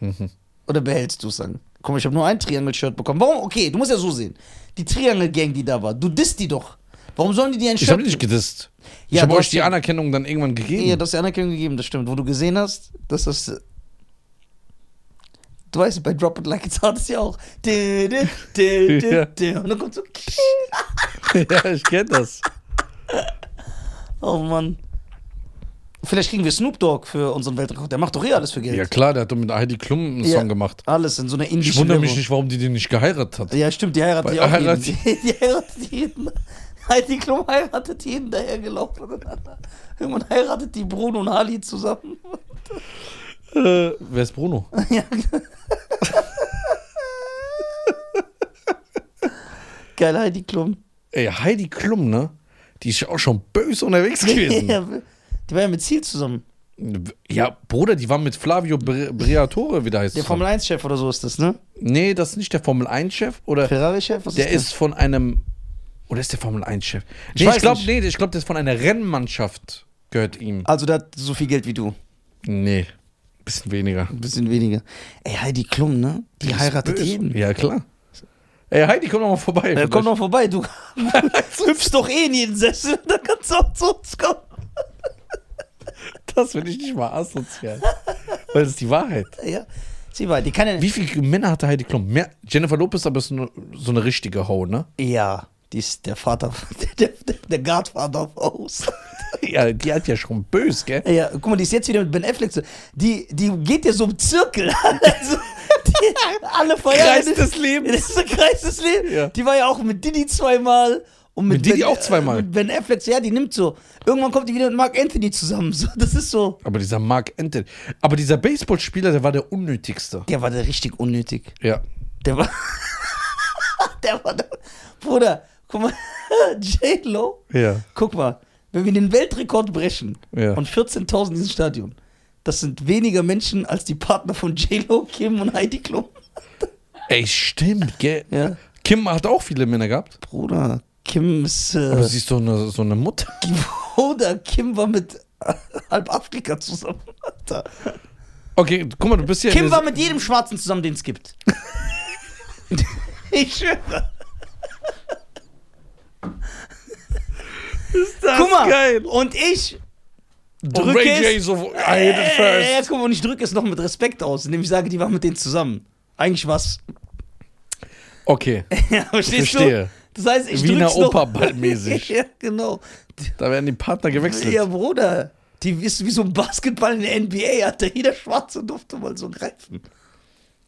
S2: Mhm.
S1: Oder behältst du es an? Komm, ich habe nur ein Triangle-Shirt bekommen. Warum? Okay, du musst ja so sehen. Die Triangle-Gang, die da war, du disst die doch. Warum sollen die dir ein
S2: Ich
S1: Shirt
S2: habe nicht gedisst. Ich
S1: Ja,
S2: habe
S1: du
S2: euch
S1: hast
S2: die
S1: ja-
S2: Anerkennung dann irgendwann gegeben.
S1: Ja, das ist ja Anerkennung gegeben, das stimmt. Wo du gesehen hast, dass das. äh, Du weißt, bei Drop It Like It's Hot ist ja auch. Dü, dü, dü,
S2: Ja.
S1: dü, dü. Und dann kommt so.
S2: ja, ich kenne das.
S1: Oh Mann. Vielleicht kriegen wir Snoop Dogg für unseren Weltrekord. Der macht doch eh alles für Geld.
S2: Ja klar, der hat doch mit Heidi Klum einen Song
S1: Ja,
S2: gemacht.
S1: Alles in so einer indischen
S2: Ich wundere mich
S1: Werbung.
S2: nicht, warum die den nicht geheiratet hat.
S1: Ja, stimmt, die heiratet
S2: Weil-
S1: ja auch
S2: heiratet-
S1: jeden. Die, die heiratet jeden. Heidi Klum heiratet jeden dahergelaufenen. Irgendwann heiratet die Bruno und Harley zusammen.
S2: Äh, wer ist Bruno?
S1: Ja. Geil, Heidi Klum.
S2: Ey, Heidi Klum, ne? Die ist ja auch schon böse unterwegs gewesen.
S1: Ja, die war ja mit Ziel zusammen.
S2: ja, Bruder, die war mit Flavio Bre Briatore, wie der heißt.
S1: Der
S2: es.
S1: Formel 1-Chef oder so ist das, ne?
S2: nee, das ist nicht der Formel-1-Chef oder
S1: Ferrari-Chef? Was
S2: der
S1: ist,
S2: ist von einem. Oder ist der Formel-1-Chef? Nee,
S1: weiß
S2: ich glaube,
S1: nicht.
S2: nee, ich glaube, der ist von einer Rennmannschaft, gehört ihm.
S1: das? Also, der hat so viel Geld wie du.
S2: Nee, bisschen weniger.
S1: Ein bisschen weniger. Ey, Heidi Klum, ne? Die,
S2: ist
S1: heiratet
S2: böse.
S1: jeden.
S2: Ja, klar. Ey, Heidi, komm doch mal vorbei.
S1: Ja, Äh, komm doch vorbei, du hüpfst doch eh in jeden Sessel, dann kannst du auch zu uns kommen.
S2: Das will ich nicht mal asozial. Weil das ist die Wahrheit.
S1: Ja, sieh mal, die kann ja
S2: Wie viele Männer hatte Heidi Klum? Mehr, Jennifer Lopez aber ist so eine, so eine richtige Ho, ne?
S1: Ja, die ist der Vater, der, der, der Godfather of Oz.
S2: Ja, die hat ja schon böse, gell?
S1: Ja, guck mal, die ist jetzt wieder mit Ben Affleck. zu- Die, die geht ja so im Zirkel. Also, die, alle feiern.
S2: Kreis des Lebens.
S1: Das ist der Kreis des Lebens.
S2: Ja.
S1: Die war ja auch mit Didi zweimal. Und mit,
S2: Mit Didi
S1: ben, äh,
S2: auch zweimal.
S1: Mit Ben Affleck, ja, die nimmt so. Irgendwann kommt die wieder mit Mark Anthony zusammen. So, das ist so.
S2: Aber dieser Mark Anthony. Aber dieser Baseballspieler, der war der unnötigste.
S1: Der war da richtig unnötig.
S2: Ja.
S1: Der war. der war da. Bruder, guck mal, J-Lo.
S2: Ja.
S1: Guck mal, wenn wir den Weltrekord brechen
S2: Ja.
S1: und 14.000 in diesem Stadion, das sind weniger Menschen als die Partner von J-Lo, Kim und Heidi Klum.
S2: Ey, stimmt, gell?
S1: Ja.
S2: Kim hat auch viele Männer gehabt.
S1: Bruder, Kim ist.
S2: Aber
S1: Äh,
S2: sie ist so eine, so eine Mutter.
S1: Bruder, Kim war mit äh, halb Afrika zusammen. Alter.
S2: Okay, guck mal, du bist ja. in
S1: Kim
S2: der-
S1: war mit jedem Schwarzen zusammen, den es gibt. ich schwöre.
S2: Ist das
S1: Guck mal,
S2: geil.
S1: und ich drücke
S2: Und Ray
S1: es.
S2: J so, I hit it
S1: Äh, ja,
S2: first.
S1: guck mal, und ich drücke es noch mit Respekt aus, indem ich sage, die war mit denen zusammen. Eigentlich was.
S2: Okay,
S1: Ja, verstehst
S2: verstehe.
S1: du? Das heißt, ich
S2: Wiener
S1: drück's noch.
S2: Operballmäßig.
S1: ja, genau.
S2: Da werden die Partner gewechselt.
S1: Ja, Bruder, die ist wie so ein Basketball in der NBA, Alter. Jeder Schwarze durfte mal so greifen.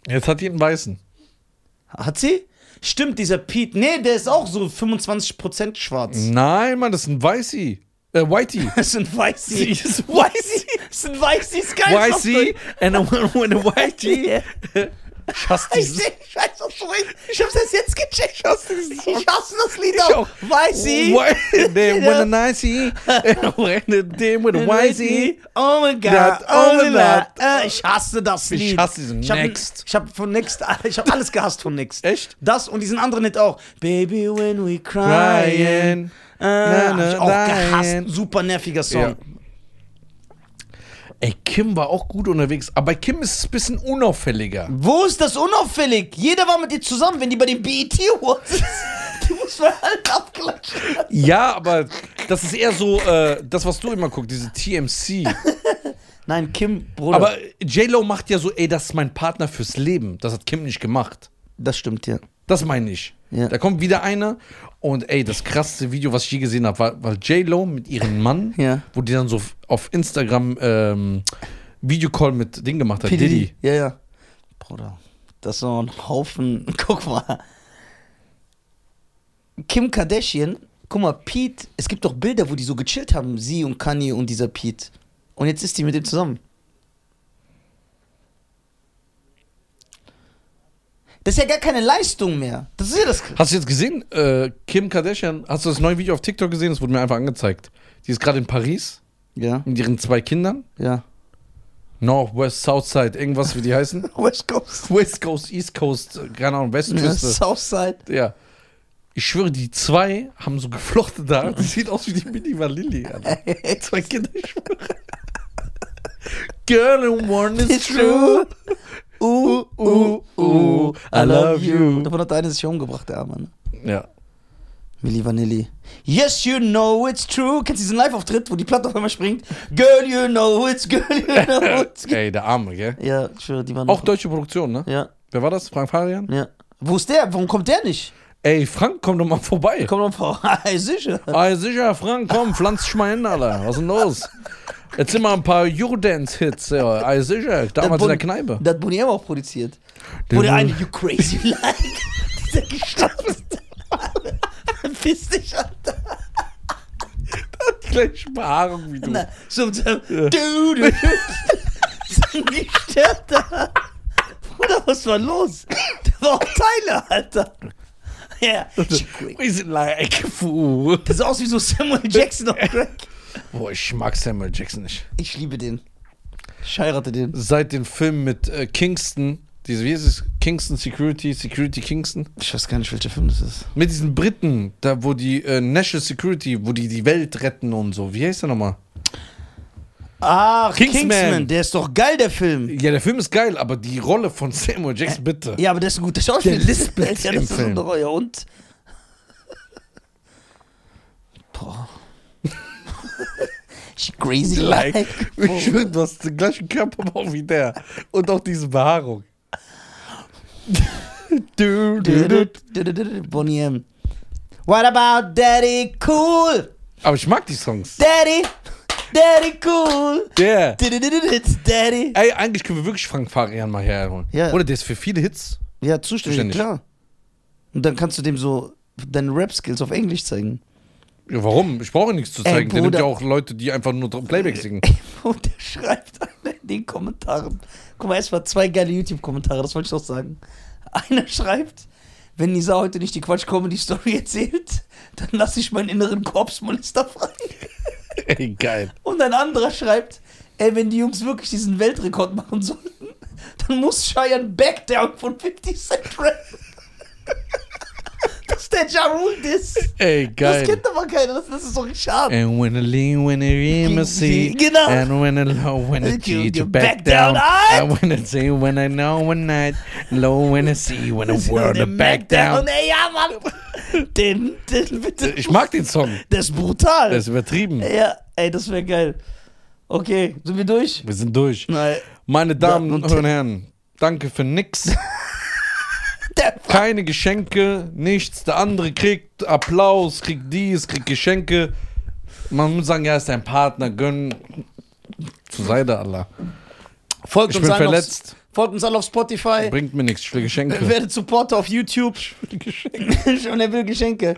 S2: Jetzt hat die einen Weißen.
S1: Hat sie? Stimmt, dieser Pete. Nee, der ist auch so 25% schwarz.
S2: Nein, Mann, das ist ein Weißi. Äh, Whitey.
S1: Das sind
S2: Sie
S1: Weißi.
S2: ist
S1: Weißi. Das sind Weißi. Ist geil. ist auf
S2: Whitey and a one with a Whitey.
S1: Deutsch.
S2: Ich hasse
S1: Ich
S2: dieses.
S1: seh, ich weiß was du meinst. Ich hab's erst jetzt gecheckt. Ich hasse, das Lied
S2: Ich
S1: auch.
S2: auch.
S1: Weißi.
S2: Whi- Then with a nicey. And when the with a Whitey.
S1: Oh mein Gott,
S2: That
S1: oh
S2: only
S1: mein Gott. Äh, Ich hasse das
S2: Ich
S1: Lied.
S2: hasse diesen
S1: ich hab,
S2: Next.
S1: Ich hab von Next, ich hab alles gehasst von Next.
S2: Echt?
S1: Das und diesen anderen Hit auch. Baby, when we crying.
S2: Ryan.
S1: Äh, hab ich auch
S2: Nein,
S1: gehasst.
S2: nein.
S1: Super nerviger Song.
S2: Ja. Ey, Kim war auch gut unterwegs. Aber bei Kim ist es ein bisschen unauffälliger.
S1: Wo ist das unauffällig? Jeder war mit dir zusammen, wenn die bei den BET Awards ist. Die muss man halt abklatschen.
S2: Ja, aber das ist eher so, äh, das, was du immer guckst, diese TMC.
S1: Nein, Kim, Bruder.
S2: Aber J-Lo macht ja so, ey, das ist mein Partner fürs Leben. Das hat Kim nicht gemacht.
S1: das stimmt, ja.
S2: Das meine ich.
S1: Ja.
S2: Da kommt wieder einer und ey, das krasseste Video, was ich je gesehen habe, war, war J-Lo mit ihrem Mann,
S1: Ja.
S2: wo die dann so f- auf Instagram ähm, Videocall mit Ding gemacht hat, Diddy.
S1: Ja, ja. Bruder, das ist so ein Haufen. Guck mal. Kim Kardashian, guck mal, Pete, es gibt doch Bilder, wo die so gechillt haben, sie und Kanye und dieser Pete. Und jetzt ist die mit dem zusammen. Das ist ja gar keine Leistung mehr. Das ist ja das.
S2: Hast du jetzt gesehen, äh, Kim Kardashian, hast du das neue Video auf TikTok gesehen? Das wurde mir einfach angezeigt. Die ist gerade in Paris
S1: Ja,
S2: mit ihren zwei Kindern.
S1: ja.
S2: North, West, Southside, irgendwas, wie die heißen.
S1: West Coast.
S2: West Coast, East Coast, äh, keine Ahnung,
S1: Ja,
S2: Westküste.
S1: Southside.
S2: Ja. Ich schwöre, die zwei haben so geflochten da. Das sieht aus wie die Mini Vanilli. Alter. Zwei Kinder, ich schwöre. Girl in one is
S1: It's
S2: true.
S1: true. Uh, uh, uh, I love you. Davon hat der eine sich umgebracht, der Arme. Ne?
S2: Ja.
S1: Milli Vanilli. Yes, you know it's true. Kennst du diesen Live-Auftritt, wo die Platte auf einmal springt? Girl, you know it's, girl, you know it's.
S2: Ey, der Arme, gell?
S1: ja, ich schwöre, die waren.
S2: Auch deutsche Produktion, ne?
S1: Ja,
S2: Wer war das? Frank Farian?
S1: ja. Wo ist der? Warum kommt der nicht?
S2: Ey, Frank, komm doch mal vorbei.
S1: Komm doch mal vor. sicher.
S2: Ey, sicher, Frank, komm, pflanz dich mal hin, Alter. Was ist denn los? Jetzt immer ein paar Eurodance-Hits, ja. Ey, sicher, damals in der Kneipe.
S1: Das hat Boni M auch produziert. Wo der eine, you crazy like. Dieser gestopfte. Piss dich, Alter.
S2: Gleich Behaarung wie du.
S1: So, so, du, du, du. So ein Gestörter. Bruder, was war los? Der war auch Tyler, Alter. Ja, Chick-Wick.
S2: Wir sind like, Fu.
S1: das sah aus wie so Samuel Jackson auf Crack.
S2: Boah, ich mag Samuel Jackson nicht.
S1: Ich liebe den. Ich heirate den.
S2: Seit dem Film mit äh, Kingston, diese, wie ist es? Kingston Security, Security Kingston.
S1: Ich weiß gar nicht, welcher Film das ist.
S2: Mit diesen Briten, da wo die äh, National Security, wo die die Welt retten und so. Wie heißt der nochmal?
S1: Ach,
S2: Kingsman.
S1: Ah, Kingsman. Der ist doch geil, der Film.
S2: Ja, der Film ist geil, aber die Rolle von Samuel Jackson, bitte.
S1: Ja, aber der ist ein guter Schauspieler.
S2: Der lispelt
S1: ja,
S2: im
S1: das ist
S2: Film.
S1: ein Reuer. Und? Boah. She crazy like.
S2: Ich schwöre, du hast den gleichen Körperbau wie der. Und auch diese Behaarung. du, du, du.
S1: Bonnie M. What about Daddy Cool?
S2: Aber ich mag die Songs.
S1: Daddy, Daddy Cool.
S2: Yeah.
S1: It's Daddy.
S2: Ey, eigentlich können wir wirklich Frank Farian mal herholen.
S1: Ja.
S2: Oder der ist für viele Hits.
S1: Ja, zuständig,
S2: Zuständig.
S1: klar. Und dann kannst du dem so deine Rap-Skills auf Englisch zeigen.
S2: Ja, warum? Ich brauche nichts zu
S1: Ey,
S2: zeigen. Der nimmt ja
S1: Bruder.
S2: auch Leute, die einfach nur dr- Playback singen.
S1: Und der schreibt einer in den Kommentaren. Guck mal, erstmal zwei geile YouTube-Kommentare, das wollte ich noch sagen. Einer schreibt, wenn Nisa heute nicht die Quatsch-Comedy-Story erzählt, dann lasse ich meinen inneren Korpsmolester frei.
S2: Ey, geil.
S1: Und ein anderer schreibt, ey, wenn die Jungs wirklich diesen Weltrekord machen sollten, dann muss Cheyenne Backdown von 50 Cent rappen. Das ist der Ja Rule Diss.
S2: Ey, geil.
S1: Das kennt aber keiner, das, das ist doch schade.
S2: And when I lean, when I lean, I see.
S1: Genau.
S2: And when I low, when I
S1: Thank you.
S2: see,
S1: You
S2: to
S1: back
S2: back,
S1: down.
S2: down. And when I say, when I know, when I low, when I see, when I word, I back down.
S1: Ey, ja, Mann. Den, den, bitte.
S2: Ich mag den Song.
S1: Der ist brutal.
S2: Der ist übertrieben.
S1: ja, ey, das wäre geil. Okay, sind wir durch?
S2: Wir sind durch.
S1: Nein.
S2: Meine Damen
S1: Ja,
S2: und
S1: und-
S2: Herren, danke für nix.
S1: Der
S2: Keine Geschenke, nichts. Der andere kriegt Applaus, kriegt dies, kriegt Geschenke. Man muss sagen, ja, ist dein Partner, gönn. Zu sei da Allah.
S1: folgt
S2: Ich
S1: uns
S2: bin
S1: alle
S2: verletzt.
S1: Auf, folgt uns alle auf Spotify.
S2: Bringt mir nichts. Ich will Geschenke.
S1: Werdet Supporter auf YouTube. Und er will Geschenke.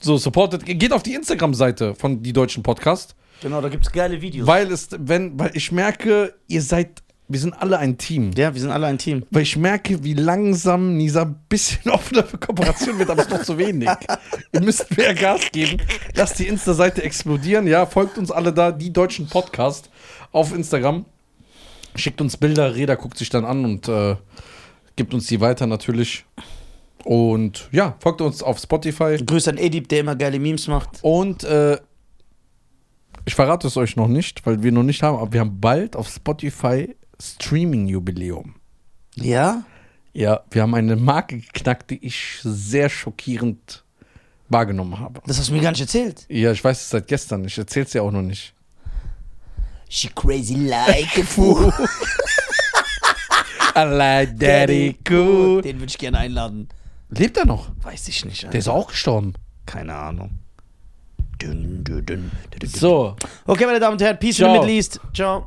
S2: So, supportet. Geht auf die Instagram-Seite von die deutschen Podcast.
S1: Genau, da gibt's geile Videos.
S2: Weil es, wenn, weil ich merke, ihr seid, wir sind alle ein Team.
S1: Ja, wir sind alle ein Team.
S2: Weil ich merke, wie langsam Nisa ein bisschen offener für Kooperation wird, aber es ist noch zu wenig. Ihr müsst mehr Gas geben. Lasst die Insta-Seite explodieren. Ja, folgt uns alle da, die deutschen Podcast auf Instagram. Schickt uns Bilder, Reda guckt sich dann an und äh, gibt uns die weiter natürlich. Und ja, folgt uns auf Spotify.
S1: Grüße an Edip, der immer geile Memes macht.
S2: Und äh, ich verrate es euch noch nicht, weil wir noch nicht haben, aber wir haben bald auf Spotify Streaming-Jubiläum.
S1: Ja?
S2: Ja, wir haben eine Marke geknackt, die ich sehr schockierend wahrgenommen habe.
S1: Das hast du mir gar nicht erzählt.
S2: Ja, ich weiß es seit gestern. Ich erzähl's ja auch noch nicht.
S1: She crazy like a fool.
S2: I like daddy cool.
S1: Den würde ich gerne einladen.
S2: Lebt er noch?
S1: Weiß ich nicht.
S2: Der ist auch gestorben.
S1: Keine Ahnung. Dün, dün, dün, dün, dün.
S2: So.
S1: Okay, meine Damen und Herren, Peace in
S2: Ciao.
S1: the Middle East. Ciao.